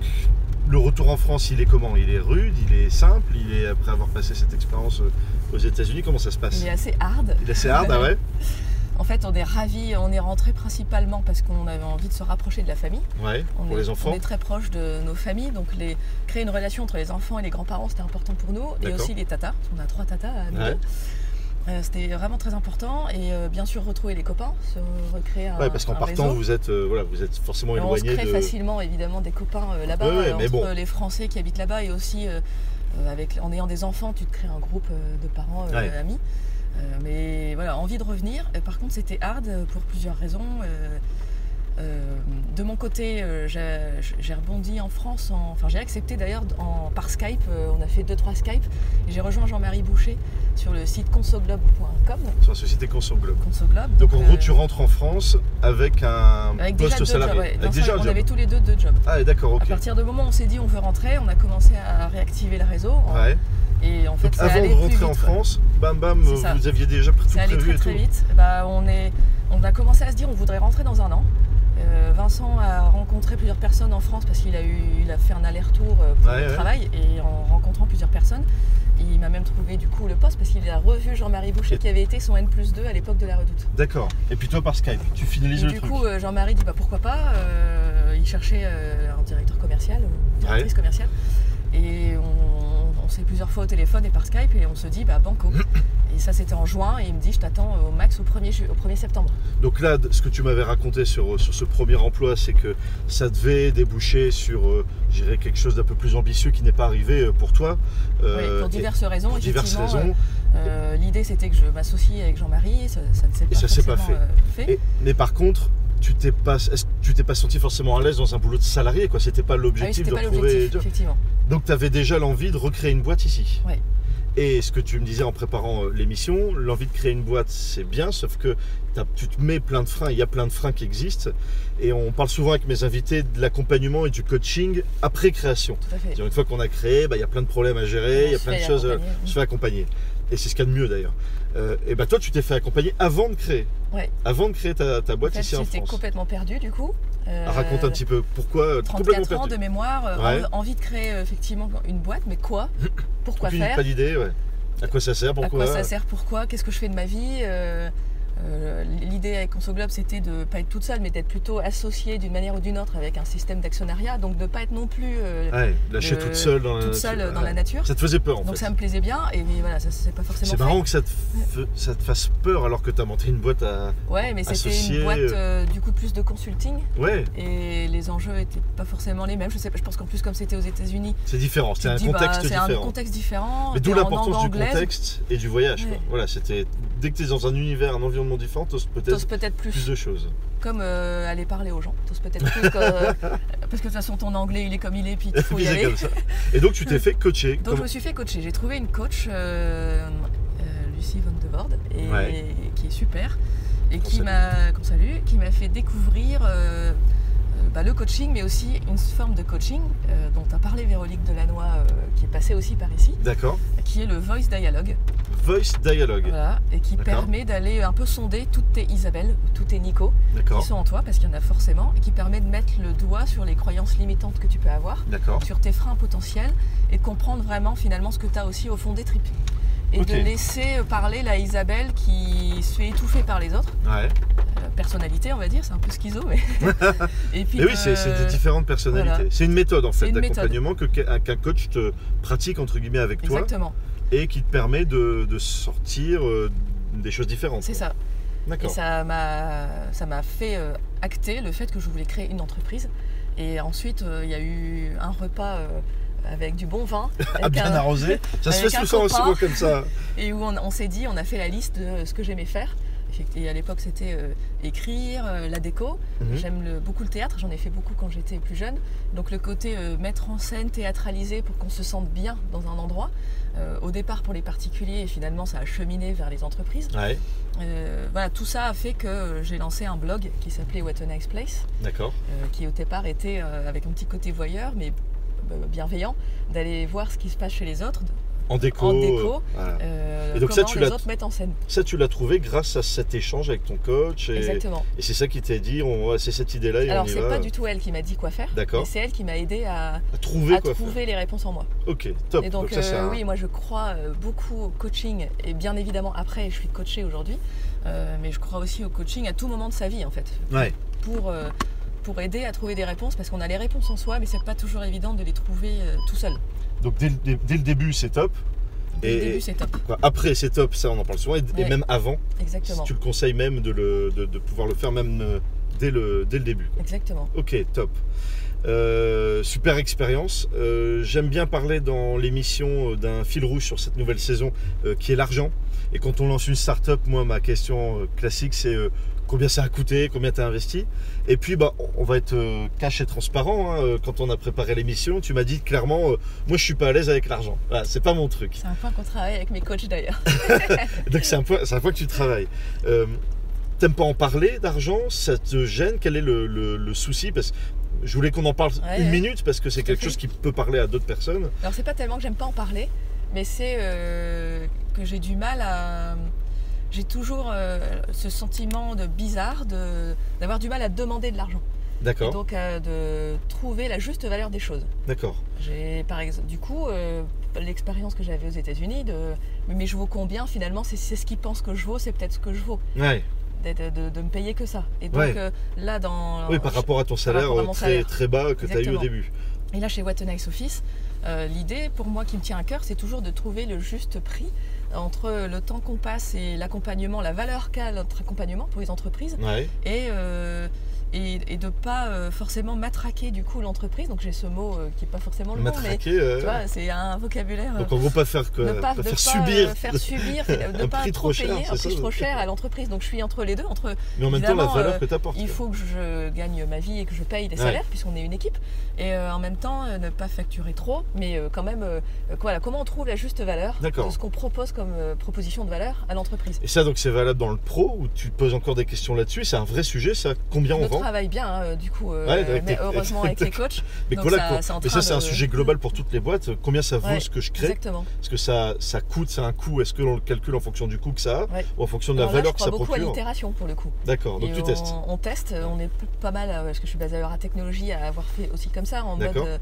Speaker 1: le retour en France, il est comment Il est rude, il est simple, il est après avoir passé cette expérience euh, aux États-Unis, comment ça se passe
Speaker 2: Il est assez hard.
Speaker 1: Il est assez hard, ah ouais
Speaker 2: En fait, on est ravis, on est rentré principalement parce qu'on avait envie de se rapprocher de la famille.
Speaker 1: Ouais,
Speaker 2: On
Speaker 1: pour
Speaker 2: est,
Speaker 1: les
Speaker 2: on
Speaker 1: enfants.
Speaker 2: est très proche de nos familles, donc les, créer une relation entre les enfants et les grands-parents, c'était important pour nous, et
Speaker 1: D'accord.
Speaker 2: aussi les tatas. On a trois tatas à Amigo.
Speaker 1: Ouais.
Speaker 2: Euh, c'était vraiment très important, et euh, bien sûr retrouver les copains, se recréer un,
Speaker 1: Ouais, parce qu'en
Speaker 2: un
Speaker 1: partant,
Speaker 2: réseau.
Speaker 1: vous êtes, euh, voilà, vous êtes forcément
Speaker 2: Alors, on se
Speaker 1: éloigné
Speaker 2: crée
Speaker 1: de.
Speaker 2: facilement évidemment des copains euh, là-bas,
Speaker 1: Ouais, ouais,
Speaker 2: euh,
Speaker 1: mais
Speaker 2: entre
Speaker 1: bon.
Speaker 2: euh, les Français qui habitent là-bas et aussi euh, euh, avec, en ayant des enfants, tu te crées un groupe euh, de parents euh,
Speaker 1: Ouais.
Speaker 2: amis. Euh, mais voilà, envie de revenir. Euh, par contre, c'était hard euh, pour plusieurs raisons. Euh, euh, de mon côté, euh, j'ai j'ai rebondi en France, en- enfin j'ai accepté d'ailleurs en- par Skype, euh, on a fait 2-3 Skype, et j'ai rejoint Jean-Marie Boucher sur le site consoglobe.com.
Speaker 1: sur la société Consomme Globe.
Speaker 2: Consoglobe.
Speaker 1: Donc en gros,
Speaker 2: euh,
Speaker 1: tu rentres en France avec un
Speaker 2: avec déjà
Speaker 1: poste
Speaker 2: deux jobs,
Speaker 1: salarié.
Speaker 2: ouais.
Speaker 1: Avec
Speaker 2: Dans ça,
Speaker 1: déjà un
Speaker 2: on
Speaker 1: job.
Speaker 2: avait tous les deux deux jobs.
Speaker 1: Ah, d'accord, ok.
Speaker 2: À partir du moment où on s'est dit on veut rentrer, on a commencé à réactiver le réseau. En-
Speaker 1: Ouais.
Speaker 2: Et en fait,
Speaker 1: Donc
Speaker 2: ça
Speaker 1: avant
Speaker 2: allait
Speaker 1: de rentrer
Speaker 2: plus vite,
Speaker 1: en
Speaker 2: quoi.
Speaker 1: France, bam bam, euh,
Speaker 2: C'est ça.
Speaker 1: vous aviez déjà tout
Speaker 2: ça allait
Speaker 1: prévu
Speaker 2: très
Speaker 1: et
Speaker 2: très
Speaker 1: tout.
Speaker 2: vite. Bah, on, est, on a commencé à se dire on voudrait rentrer dans un an. Euh, Vincent a rencontré plusieurs personnes en France parce qu'il a, eu, il a fait un aller-retour euh, pour
Speaker 1: Ouais,
Speaker 2: le
Speaker 1: ouais.
Speaker 2: travail et en rencontrant plusieurs personnes, il m'a même trouvé du coup le poste parce qu'il a revu Jean-Marie Boucher
Speaker 1: Et-
Speaker 2: qui avait été son N plus 2 à l'époque de la redoute.
Speaker 1: D'accord. Et puis toi par Skype, tu finalises
Speaker 2: Et
Speaker 1: le
Speaker 2: du
Speaker 1: truc.
Speaker 2: coup, euh, Jean-Marie dit bah pourquoi pas. euh, il cherchait euh, un directeur commercial ou une directrice commerciale. Et on, on s'est plusieurs fois au téléphone et par Skype et on se dit bah banco. et ça c'était en juin et il me dit je t'attends au max au 1er, ju- au 1er septembre.
Speaker 1: Donc là, ce que tu m'avais raconté sur, sur ce premier emploi, c'est que ça devait déboucher sur, euh, je dirais, quelque chose d'un peu plus ambitieux qui n'est pas arrivé euh, pour toi.
Speaker 2: Oui,
Speaker 1: Euh,
Speaker 2: pour
Speaker 1: et-
Speaker 2: diverses raisons.
Speaker 1: pour diverses
Speaker 2: effectivement,
Speaker 1: raisons.
Speaker 2: euh, L'idée c'était que je m'associe avec Jean-Marie, ça, ça ne s'est pas,
Speaker 1: ça s'est pas
Speaker 2: forcément, euh, fait.
Speaker 1: Et- mais par contre, tu t'es pas, est-ce que tu t'es pas senti forcément à l'aise dans un boulot de salarié, quoi. C'était pas
Speaker 2: Ah oui,
Speaker 1: l'objectif
Speaker 2: c'était
Speaker 1: de
Speaker 2: pas
Speaker 1: retrouver.
Speaker 2: l'objectif, effectivement.
Speaker 1: Donc tu avais déjà l'envie de recréer une boîte ici.
Speaker 2: Ouais.
Speaker 1: Et ce que tu me disais en préparant euh, l'émission, l'envie de créer une boîte, c'est bien, sauf que t'as- tu te mets plein de freins, il y a plein de freins qui existent. Et on parle souvent avec mes invités de l'accompagnement et du coaching après création.
Speaker 2: Tout à fait.
Speaker 1: C'est-à-dire, une fois qu'on a créé, bah, il y a plein de problèmes à gérer, il y a
Speaker 2: On se
Speaker 1: plein de
Speaker 2: fait
Speaker 1: choses, euh,
Speaker 2: accompagner.
Speaker 1: on se fait accompagner. Et c'est ce qu'il y a de mieux d'ailleurs. Euh, et bah toi, tu t'es fait accompagner avant de créer.
Speaker 2: Ouais.
Speaker 1: Avant de créer ta, ta
Speaker 2: En
Speaker 1: boîte
Speaker 2: fait,
Speaker 1: ici en
Speaker 2: j'étais
Speaker 1: France.
Speaker 2: complètement perdue du coup. Euh,
Speaker 1: Raconte un petit peu pourquoi euh, complètement
Speaker 2: 34 ans
Speaker 1: perdu.
Speaker 2: de mémoire, euh,
Speaker 1: Ouais.
Speaker 2: en- envie de créer euh, effectivement une boîte, mais
Speaker 1: (coughs)
Speaker 2: quoi Pourquoi
Speaker 1: Aucune-
Speaker 2: faire
Speaker 1: Pas d'idée, ouais. À quoi ça sert Pourquoi
Speaker 2: À quoi ça sert Pourquoi Qu'est-ce que je fais de ma vie Euh, euh, L'idée avec Consoglobe, c'était de pas être toute seule, mais d'être plutôt associée d'une manière ou d'une autre avec un système d'actionnariat, donc de pas être non plus euh,
Speaker 1: Ouais, lâcher
Speaker 2: Euh,
Speaker 1: toute seule dans la
Speaker 2: toute
Speaker 1: nature.
Speaker 2: seule euh, dans
Speaker 1: Ouais.
Speaker 2: la nature.
Speaker 1: Ça te faisait peur en
Speaker 2: Donc
Speaker 1: fait.
Speaker 2: ça me plaisait bien, et mais voilà, ça c'est pas forcément.
Speaker 1: C'est
Speaker 2: fait.
Speaker 1: marrant que ça te, f- ça te fasse peur alors que t'as monté une boîte à.
Speaker 2: Ouais, mais c'était
Speaker 1: associé,
Speaker 2: une boîte
Speaker 1: euh,
Speaker 2: euh, du coup plus de consulting,
Speaker 1: Ouais,
Speaker 2: et les enjeux étaient pas forcément les mêmes. Je sais pas, je pense qu'en plus comme c'était aux États-Unis,
Speaker 1: c'est différent,
Speaker 2: tu
Speaker 1: c'est
Speaker 2: te
Speaker 1: un
Speaker 2: dis, bah,
Speaker 1: contexte
Speaker 2: c'est un
Speaker 1: différent.
Speaker 2: contexte différent.
Speaker 1: Mais d'où
Speaker 2: t'es en
Speaker 1: l'importance
Speaker 2: langue
Speaker 1: du
Speaker 2: anglaise,
Speaker 1: contexte et du voyage. quoi.
Speaker 2: Ouais.
Speaker 1: Voilà, c'était dès que t'es dans un univers, un environnement différent, t'oses
Speaker 2: T'oses
Speaker 1: peut-être
Speaker 2: peut-être plus.
Speaker 1: plus de
Speaker 2: (laughs)
Speaker 1: choses.
Speaker 2: comme euh, aller parler aux gens. T'oses peut-être plus
Speaker 1: (laughs)
Speaker 2: que, euh, parce que de toute façon ton anglais il est comme il est, puis il faut
Speaker 1: Puis (laughs)
Speaker 2: y
Speaker 1: c'est
Speaker 2: aller.
Speaker 1: comme ça. Et donc tu
Speaker 2: (laughs)
Speaker 1: t'es fait coacher.
Speaker 2: Donc je me suis fait coacher. J'ai trouvé une coach, euh, euh, Lucie Van de Voorde, et,
Speaker 1: Ouais.
Speaker 2: qui est super, et
Speaker 1: Qu'on
Speaker 2: qui
Speaker 1: salue.
Speaker 2: m'a, qu'on salue, qui m'a fait découvrir euh, euh, bah, le coaching, mais aussi une forme de coaching euh, dont a parlé Véronique Delannoy, euh, qui est passée aussi par ici,
Speaker 1: D'accord.
Speaker 2: qui est le Voice Dialogue,
Speaker 1: Voice dialogue.
Speaker 2: voilà, et qui
Speaker 1: D'accord.
Speaker 2: permet d'aller un peu sonder toutes tes Isabelle, ou toutes tes Nico, qui
Speaker 1: D'accord.
Speaker 2: sont en toi, parce qu'il y en a forcément, et qui permet de mettre le doigt sur les croyances limitantes que tu peux avoir,
Speaker 1: D'accord.
Speaker 2: sur tes freins potentiels, et de comprendre vraiment finalement ce que tu as aussi au fond des tripes. Et
Speaker 1: Ok.
Speaker 2: de laisser parler la Isabelle qui se fait étouffer par les autres,
Speaker 1: Ouais.
Speaker 2: euh, personnalité on va dire, c'est un peu schizo,
Speaker 1: (laughs)
Speaker 2: mais... et puis
Speaker 1: Et oui,
Speaker 2: de-
Speaker 1: c'est c'est des différentes personnalités.
Speaker 2: voilà.
Speaker 1: C'est une méthode en
Speaker 2: C'est
Speaker 1: fait
Speaker 2: une méthode.
Speaker 1: d'accompagnement que- qu'un qu'un coach te pratique entre guillemets avec toi.
Speaker 2: Exactement,
Speaker 1: et qui te permet de, de sortir euh, des choses différentes.
Speaker 2: c'est
Speaker 1: quoi.
Speaker 2: ça. Et
Speaker 1: D'accord.
Speaker 2: ça m'a, ça m'a fait euh, acter le fait que je voulais créer une entreprise. Et ensuite, euh, il y a eu un repas euh, avec du bon vin.
Speaker 1: (laughs) Ah,
Speaker 2: avec
Speaker 1: bien
Speaker 2: un- (laughs)
Speaker 1: arrosé. Ça se
Speaker 2: avec
Speaker 1: fait
Speaker 2: un
Speaker 1: souvent,
Speaker 2: copain.
Speaker 1: souvent comme
Speaker 2: (laughs)
Speaker 1: ça.
Speaker 2: Et où on, on s'est dit, on a fait la liste de ce que j'aimais faire. Effect- Et à l'époque, c'était euh, écrire, euh, la déco.
Speaker 1: Mhm.
Speaker 2: J'aime le- beaucoup le théâtre, j'en ai fait beaucoup quand j'étais plus jeune. Donc le côté euh, mettre en scène, théâtraliser pour qu'on se sente bien dans un endroit. euh, au départ pour les particuliers et finalement ça a cheminé vers les entreprises.
Speaker 1: Ouais,
Speaker 2: Euh, voilà, tout ça a fait que euh, j'ai lancé un blog qui s'appelait What a Nice Place,
Speaker 1: d'accord.
Speaker 2: euh, qui au départ était euh, avec un petit côté voyeur, mais euh, bienveillant, d'aller voir ce qui se passe chez les autres,
Speaker 1: En déco.
Speaker 2: En déco.
Speaker 1: euh, voilà.
Speaker 2: euh,
Speaker 1: Et donc ça,
Speaker 2: comment
Speaker 1: tu
Speaker 2: les
Speaker 1: l'as-
Speaker 2: autres mettent en scène.
Speaker 1: Ça, tu l'as trouvé grâce à cet échange avec ton coach. Et,
Speaker 2: Exactement.
Speaker 1: et c'est ça qui t'a dit, on, ouais, c'est cette idée-là et
Speaker 2: Alors,
Speaker 1: on y
Speaker 2: c'est
Speaker 1: va.
Speaker 2: pas du tout elle qui m'a dit quoi faire,
Speaker 1: D'accord.
Speaker 2: mais c'est elle qui m'a aidé à,
Speaker 1: À trouver
Speaker 2: à
Speaker 1: quoi faire.
Speaker 2: trouver les réponses en moi.
Speaker 1: Ok, top.
Speaker 2: Et
Speaker 1: donc,
Speaker 2: donc,
Speaker 1: ça, c'est
Speaker 2: euh,
Speaker 1: un-
Speaker 2: oui, moi je crois euh, beaucoup au coaching, et bien évidemment, après, je suis coachée aujourd'hui, euh, mais je crois aussi au coaching à tout moment de sa vie en fait,
Speaker 1: Ouais,
Speaker 2: pour, euh, pour aider à trouver des réponses, parce qu'on a les réponses en soi, mais c'est pas toujours évident de les trouver euh, tout seul.
Speaker 1: donc dès, le- dès- dès le début, c'est top.
Speaker 2: Dès
Speaker 1: Et-
Speaker 2: le début, c'est top,
Speaker 1: Quoi, Après, c'est top, ça, on en parle souvent. Et, et
Speaker 2: Ouais.
Speaker 1: même avant,
Speaker 2: exactement.
Speaker 1: tu le conseilles même de, le- de- de pouvoir le faire même euh, dès le, dès le début. quoi.
Speaker 2: Exactement.
Speaker 1: Ok, top. Euh, super expérience. Euh, J'aime bien parler dans l'émission euh, d'un fil rouge sur cette nouvelle saison euh, qui est l'argent. Et quand on lance une start-up, moi, ma question euh, classique, c'est euh, combien ça a coûté, combien tu as investi. Et puis, bah, on- on va être euh, cash et transparent. hein. Euh, Quand on a préparé l'émission, tu m'as dit clairement, euh, moi, je suis pas à l'aise avec l'argent. Voilà, c'est pas mon truc.
Speaker 2: C'est un point qu'on travaille avec mes coachs d'ailleurs.
Speaker 1: Donc c'est un point, c'est un point que tu travailles. Euh, T'aimes pas en parler d'argent Ça te gêne Quel est le, le- le souci Parce que je voulais qu'on en parle
Speaker 2: Ouais,
Speaker 1: une
Speaker 2: ouais.
Speaker 1: minute parce que c'est
Speaker 2: Tout à
Speaker 1: quelque
Speaker 2: fait.
Speaker 1: chose qui peut parler à d'autres personnes.
Speaker 2: Alors, c'est pas tellement que j'aime pas en parler, mais c'est euh, que j'ai du mal à. J'ai toujours euh, ce sentiment de bizarre, de- d'avoir du mal à demander de l'argent. Et
Speaker 1: D'accord,
Speaker 2: donc euh, de trouver la juste valeur des choses.
Speaker 1: d'accord.
Speaker 2: J'ai par exemple, du coup, euh, l'expérience que j'avais aux États-Unis de mais je vaux combien finalement C'est c'est ce qu'ils pensent que je vaux, c'est peut-être ce que je vaux,
Speaker 1: Ouais.
Speaker 2: de, de- de- de me payer que ça. Et donc
Speaker 1: Ouais.
Speaker 2: euh, là, dans
Speaker 1: oui, par rapport à ton salaire
Speaker 2: rapport à
Speaker 1: euh,
Speaker 2: mon
Speaker 1: très,
Speaker 2: salaire.
Speaker 1: très bas que tu as eu au
Speaker 2: Exactement.
Speaker 1: début.
Speaker 2: et là chez What a Nice Office, Euh, L'idée, pour moi qui me tient à cœur, c'est toujours de trouver le juste prix entre le temps qu'on passe et l'accompagnement, la valeur qu'a notre accompagnement pour les entreprises,
Speaker 1: Ouais.
Speaker 2: et, euh, et, et de ne pas euh, forcément matraquer du coup l'entreprise. Donc j'ai ce mot euh, qui n'est pas forcément le bon, mais tu
Speaker 1: Matraquer. euh,
Speaker 2: vois, c'est un vocabulaire. euh,
Speaker 1: Donc en gros, pas faire, quoi,
Speaker 2: ne pas,
Speaker 1: pas
Speaker 2: ne
Speaker 1: faire
Speaker 2: pas,
Speaker 1: subir.
Speaker 2: euh,
Speaker 1: (laughs)
Speaker 2: faire subir, ne
Speaker 1: un
Speaker 2: pas
Speaker 1: prix
Speaker 2: trop,
Speaker 1: trop cher,
Speaker 2: payer un
Speaker 1: c'est
Speaker 2: prix
Speaker 1: ça,
Speaker 2: trop
Speaker 1: ouais.
Speaker 2: cher à l'entreprise. Donc je suis entre les deux, entre
Speaker 1: Mais en même temps, la
Speaker 2: évidemment,
Speaker 1: valeur
Speaker 2: euh,
Speaker 1: que t'apportes.
Speaker 2: il
Speaker 1: quoi.
Speaker 2: faut que je gagne ma vie et que je paye des
Speaker 1: Ouais.
Speaker 2: salaires puisqu'on est une équipe et euh, en même temps euh, ne pas facturer trop, mais euh, quand même euh, euh, voilà comment on trouve la juste valeur de
Speaker 1: D'accord.
Speaker 2: ce qu'on propose comme euh, proposition de valeur à l'entreprise.
Speaker 1: Et ça, donc, c'est valable dans le pro où tu te poses encore des questions là-dessus. C'est un vrai sujet, ça. Combien
Speaker 2: On
Speaker 1: on vend
Speaker 2: travaille bien hein, euh, du coup, euh,
Speaker 1: Ouais, avec
Speaker 2: mais
Speaker 1: les- (laughs)
Speaker 2: heureusement avec les coachs.
Speaker 1: Mais
Speaker 2: donc
Speaker 1: voilà,
Speaker 2: ça-
Speaker 1: quoi.
Speaker 2: c'est en
Speaker 1: Mais ça,
Speaker 2: train
Speaker 1: c'est un
Speaker 2: de-
Speaker 1: sujet global pour toutes les boîtes. Combien ça vaut
Speaker 2: Ouais,
Speaker 1: ce que je crée
Speaker 2: Exactement.
Speaker 1: Est-ce que ça, ça coûte Ça a un coût Est-ce que l'on le calcule en fonction du coût que ça a
Speaker 2: Ouais.
Speaker 1: Ou en fonction de la
Speaker 2: Alors là,
Speaker 1: valeur
Speaker 2: je
Speaker 1: que
Speaker 2: crois
Speaker 1: ça
Speaker 2: beaucoup à
Speaker 1: procure
Speaker 2: l'itération pour le coup.
Speaker 1: D'accord, donc
Speaker 2: Et
Speaker 1: tu
Speaker 2: on,
Speaker 1: testes.
Speaker 2: On teste, on est p- pas mal, euh, parce que je suis basée à la technologie, à avoir fait aussi comme ça, en mode
Speaker 1: D'accord.
Speaker 2: euh,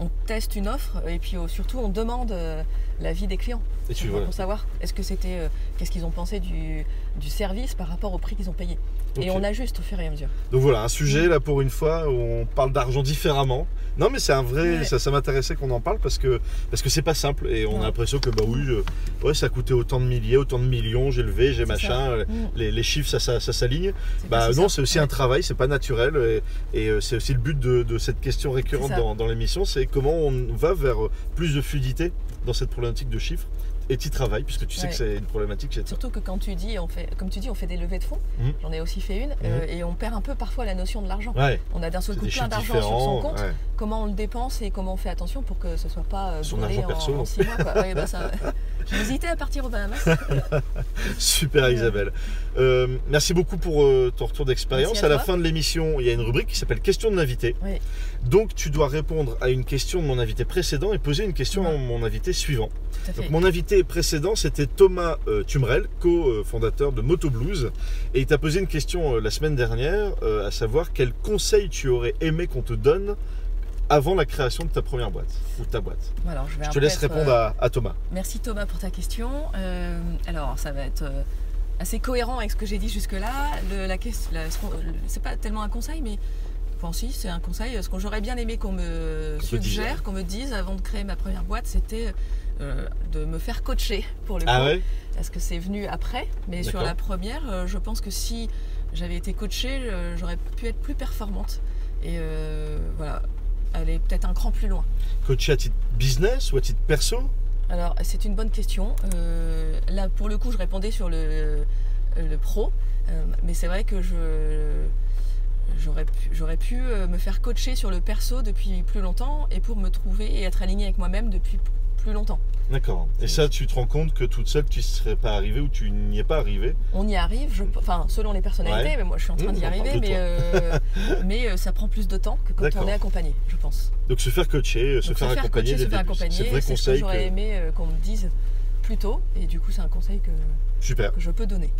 Speaker 2: on teste une offre et puis euh, surtout on demande euh, l'avis des clients
Speaker 1: Et tu
Speaker 2: pour
Speaker 1: vois.
Speaker 2: savoir est-ce que c'était, euh, qu'est-ce qu'ils ont pensé du, du service par rapport au prix qu'ils ont payé. (laughs) Et
Speaker 1: Ok.
Speaker 2: on ajuste au fur et à mesure.
Speaker 1: Donc voilà, un sujet là pour une fois où on parle d'argent différemment. Non mais c'est un vrai,
Speaker 2: Ouais.
Speaker 1: ça, ça m'intéressait qu'on en parle parce que parce que c'est pas simple et on
Speaker 2: Ouais.
Speaker 1: a l'impression que bah oui, je- ouais ça coûtait autant de milliers, autant de millions, j'ai levé, j'ai
Speaker 2: C'est
Speaker 1: machin, euh,
Speaker 2: Mm.
Speaker 1: les, les chiffres ça, ça, ça s'aligne.
Speaker 2: C'est
Speaker 1: Bah
Speaker 2: pas si
Speaker 1: non,
Speaker 2: simple.
Speaker 1: c'est aussi un travail, c'est pas naturel et, et, euh, c'est aussi le but de, de cette question récurrente
Speaker 2: C'est ça.
Speaker 1: dans, dans l'émission, c'est comment on va vers euh, plus de fluidité dans cette problématique de chiffres et tu travailles puisque tu sais
Speaker 2: Ouais.
Speaker 1: que c'est une problématique chez toi.
Speaker 2: Surtout que quand tu dis, on fait, comme tu dis, on fait des levées de fonds.
Speaker 1: Mhm.
Speaker 2: J'en ai aussi fait une euh, et on perd un peu parfois la notion de l'argent.
Speaker 1: Ouais,
Speaker 2: On a d'un seul
Speaker 1: c'est
Speaker 2: coup
Speaker 1: des
Speaker 2: plein
Speaker 1: chiffres
Speaker 2: d'argent sur son
Speaker 1: différents.
Speaker 2: compte.
Speaker 1: ouais. (laughs)
Speaker 2: Comment on le dépense et comment on fait attention pour que ce soit pas euh,
Speaker 1: Son
Speaker 2: brûlé
Speaker 1: argent
Speaker 2: en,
Speaker 1: perso.
Speaker 2: en six mois. quoi. Ouais,
Speaker 1: (laughs)
Speaker 2: bah, ça- J'hésitais à partir au Bahamas.
Speaker 1: Super
Speaker 2: Ouais.
Speaker 1: Isabelle. Euh, merci beaucoup pour euh, ton retour d'expérience.
Speaker 2: Merci à
Speaker 1: À, la
Speaker 2: toi.
Speaker 1: fin de l'émission, il y a une rubrique qui s'appelle Question de l'invité.
Speaker 2: Oui.
Speaker 1: Donc tu dois répondre à une question de mon invité précédent et poser une question
Speaker 2: Ouais.
Speaker 1: à mon invité suivant.
Speaker 2: Tout à fait.
Speaker 1: Donc mon invité précédent, c'était Thomas euh, Tumrel, co-fondateur de Moto Blues, et il t'a posé une question euh, la semaine dernière, euh, à savoir quel conseil tu aurais aimé qu'on te donne avant la création de ta première boîte ou de ta boîte.
Speaker 2: Bon, alors, je vais
Speaker 1: Je
Speaker 2: un
Speaker 1: te
Speaker 2: peu
Speaker 1: laisse
Speaker 2: être,
Speaker 1: répondre
Speaker 2: euh,
Speaker 1: à, à Thomas.
Speaker 2: Merci Thomas pour ta question. Euh, alors ça va être euh, assez cohérent avec ce que j'ai dit jusque-là. Le- la question- la- ce qu'on- le- c'est pas tellement un conseil, mais enfin si, c'est un conseil. Ce qu'on j'aurais bien aimé qu'on me
Speaker 1: Qu'on te dise,
Speaker 2: suggère, qu'on me dise avant de créer ma première boîte, c'était euh, de me faire coacher pour le
Speaker 1: Ah
Speaker 2: coup.
Speaker 1: ouais
Speaker 2: Parce que c'est venu après, mais sur
Speaker 1: D'accord.
Speaker 2: la première, euh, je pense que si j'avais été coachée, euh, j'aurais pu être plus performante et euh, voilà, aller peut-être un cran plus loin.
Speaker 1: Coaché à titre business ou à titre perso
Speaker 2: Alors, c'est une bonne question. Euh, là, pour le coup, je répondais sur le, le pro, Euh, mais c'est vrai que je j'aurais pu, j'aurais pu euh, me faire coacher sur le perso depuis plus longtemps et pour me trouver et être aligné avec moi-même depuis p- plus longtemps.
Speaker 1: D'accord. Et ça, tu te rends compte que toute seule, tu ne serais pas arrivée ou tu n'y es pas arrivée.
Speaker 2: On y arrive, je- enfin, selon les personnalités,
Speaker 1: Ouais.
Speaker 2: mais moi, je suis en train
Speaker 1: Mmh,
Speaker 2: d'y
Speaker 1: on parle
Speaker 2: arriver,
Speaker 1: de
Speaker 2: mais,
Speaker 1: toi.
Speaker 2: euh, mais euh, ça prend plus de temps que quand on
Speaker 1: D'accord.
Speaker 2: est accompagné, je pense.
Speaker 1: Donc se faire coacher, euh, se
Speaker 2: Donc,
Speaker 1: faire accompagner,
Speaker 2: coacher,
Speaker 1: dès
Speaker 2: se
Speaker 1: le
Speaker 2: faire
Speaker 1: début.
Speaker 2: accompagner,
Speaker 1: C'est le vrai
Speaker 2: c'est ce que
Speaker 1: conseil.
Speaker 2: j'aurais
Speaker 1: que-
Speaker 2: aimé euh, qu'on me dise plus tôt, et du coup, c'est un conseil que,
Speaker 1: Super.
Speaker 2: que je peux donner.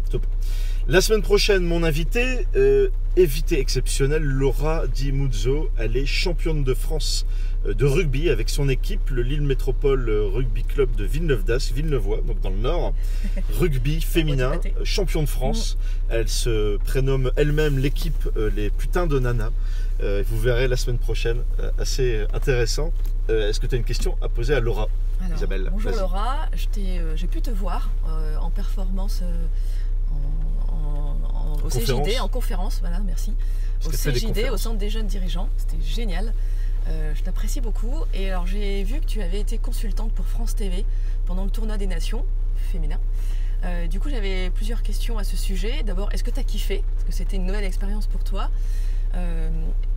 Speaker 1: La semaine prochaine, mon invité, euh, évité exceptionnel, Laura Di Muzzo. Elle est championne de France euh, de rugby avec son équipe, le Lille Métropole euh, Rugby Club de Villeneuve-d'Ascq, Villeneuvois, donc dans le Nord. Rugby féminin,
Speaker 2: pâté.
Speaker 1: euh, champion de France. Elle se prénomme elle-même l'équipe euh, Les Putains de Nana. Euh, vous verrez la semaine prochaine, euh, assez intéressant. Euh, Est-ce que tu as une question à poser à Laura
Speaker 2: Alors,
Speaker 1: Isabelle,
Speaker 2: Bonjour
Speaker 1: vas-y.
Speaker 2: Laura, Je t'ai, euh, j'ai pu te voir euh, en performance euh, en, en- en- au CJD,
Speaker 1: conférence.
Speaker 2: en conférence, voilà, merci.
Speaker 1: Parce
Speaker 2: Au
Speaker 1: qu'elle fait des
Speaker 2: CJD, au
Speaker 1: conférences.
Speaker 2: Centre des jeunes dirigeants, c'était génial. Euh, je t'apprécie beaucoup. Et alors j'ai vu que tu avais été consultante pour France TV pendant le tournoi des nations féminin. Euh, du coup, j'avais plusieurs questions à ce sujet. D'abord, est-ce que tu as kiffé Parce que c'était une nouvelle expérience pour toi. Euh,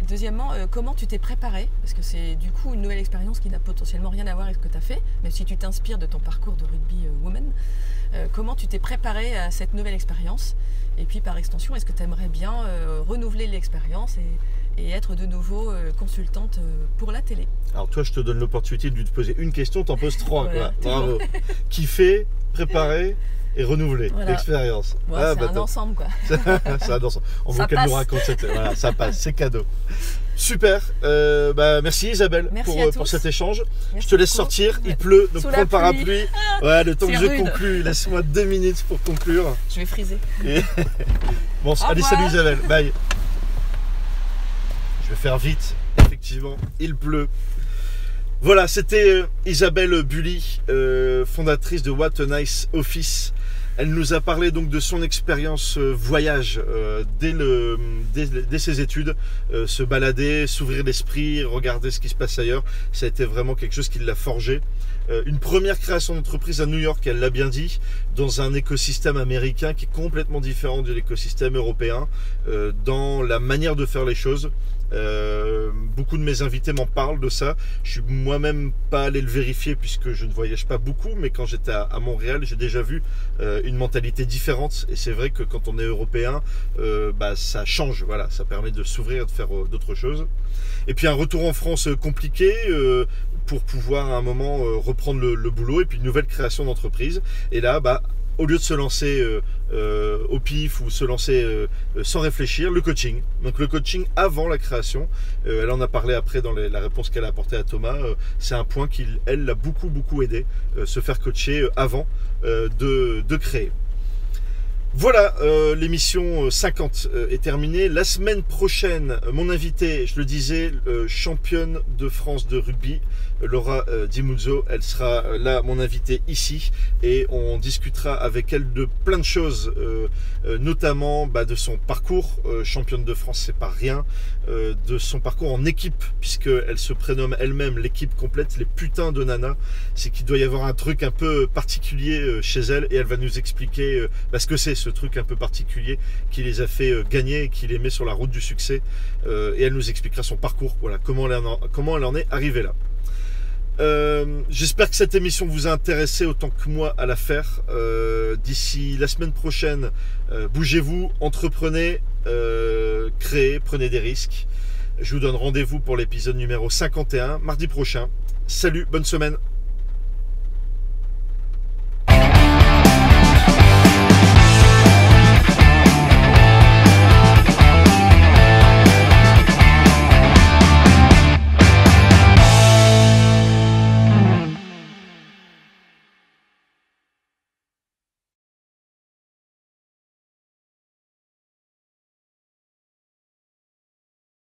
Speaker 2: deuxièmement, euh, comment tu t'es préparé Parce que c'est du coup une nouvelle expérience qui n'a potentiellement rien à voir avec ce que tu as fait, même si tu t'inspires de ton parcours de rugby euh, woman. Euh, comment tu t'es préparé à cette nouvelle expérience Et puis par extension, est-ce que tu aimerais bien euh, renouveler l'expérience et, et être de nouveau euh, consultante euh, pour la télé
Speaker 1: Alors toi, je te donne l'opportunité de lui poser une question, t'en poses trois.
Speaker 2: Voilà,
Speaker 1: quoi. Bravo. (laughs) Kiffer, préparer et renouveler
Speaker 2: Voilà.
Speaker 1: l'expérience.
Speaker 2: Bon,
Speaker 1: Ah,
Speaker 2: C'est
Speaker 1: bah,
Speaker 2: un
Speaker 1: (laughs) top.
Speaker 2: ensemble quoi.
Speaker 1: Ça, dans son- On
Speaker 2: Ça
Speaker 1: voit qu'elle nous
Speaker 2: passe.
Speaker 1: raconte cette... Voilà, ça passe, c'est cadeau. Super. Euh, bah, merci Isabelle
Speaker 2: Merci
Speaker 1: pour,
Speaker 2: à
Speaker 1: euh, pour
Speaker 2: tous.
Speaker 1: cet échange.
Speaker 2: Merci
Speaker 1: je te laisse
Speaker 2: beaucoup.
Speaker 1: sortir,
Speaker 2: Ouais.
Speaker 1: il pleut, donc
Speaker 2: Sous
Speaker 1: prends
Speaker 2: la
Speaker 1: le parapluie. Ouais, le temps que
Speaker 2: C'est
Speaker 1: je
Speaker 2: rude.
Speaker 1: conclue, laisse-moi deux minutes pour conclure.
Speaker 2: (laughs) Je vais friser.
Speaker 1: Bon, allez,
Speaker 2: revoir.
Speaker 1: salut Isabelle, bye. Je vais faire vite, effectivement, il pleut. Voilà, c'était euh, Isabelle Bully, euh, fondatrice de What a Nice Office. Elle nous a parlé donc de son expérience euh, voyage euh, dès, le, dès, dès ses études, euh, se balader, s'ouvrir l'esprit, regarder ce qui se passe ailleurs. Ça a été vraiment quelque chose qui l'a forgé. Euh, une première création d'entreprise à New York, elle l'a bien dit, dans un écosystème américain qui est complètement différent de l'écosystème européen, euh, dans la manière de faire les choses. Euh, beaucoup de mes invités m'en parlent de ça. Je suis moi-même pas allé le vérifier puisque je ne voyage pas beaucoup, mais quand j'étais à, à Montréal, j'ai déjà vu euh, une mentalité différente. Et c'est vrai que quand on est européen, euh, bah, ça change. Voilà, ça permet de s'ouvrir et de faire euh, d'autres choses. Et puis un retour en France euh, compliqué. euh, pour pouvoir à un moment euh, reprendre le, le boulot et puis une nouvelle création d'entreprise. Et là, bah, au lieu de se lancer euh, euh, au pif ou se lancer euh, euh, sans réfléchir, le coaching. Donc le coaching avant la création, Euh, elle en a parlé après dans les- la réponse qu'elle a apportée à Thomas, Euh, c'est un point qui, elle, l'a beaucoup, beaucoup aidé, euh, se faire coacher euh, avant euh, de, de créer. Voilà, euh, l'émission euh, 50 euh, est terminée. La semaine prochaine, euh, mon invité, je le disais, euh, championne de France de rugby, euh, Laura euh, Dimuzzo, elle sera euh, là, mon invitée ici, et on discutera avec elle de plein de choses, euh, euh, notamment bah, de son parcours, euh, championne de France, c'est pas rien, euh, de son parcours en équipe, puisque elle se prénomme elle-même l'équipe complète, les putains de Nana. C'est qu'il doit y avoir un truc un peu particulier euh, chez elle, et elle va nous expliquer euh, bah, ce que c'est ce truc un peu particulier qui les a fait euh, gagner, et qui les met sur la route du succès, Euh, et elle nous expliquera son parcours, voilà comment elle en, comment elle en est arrivée là. Euh, J'espère que cette émission vous a intéressé autant que moi à la faire. Euh, D'ici la semaine prochaine, euh, bougez-vous, entreprenez, euh, créez, prenez des risques. Je vous donne rendez-vous pour l'épisode numéro 51, mardi prochain. Salut, bonne semaine.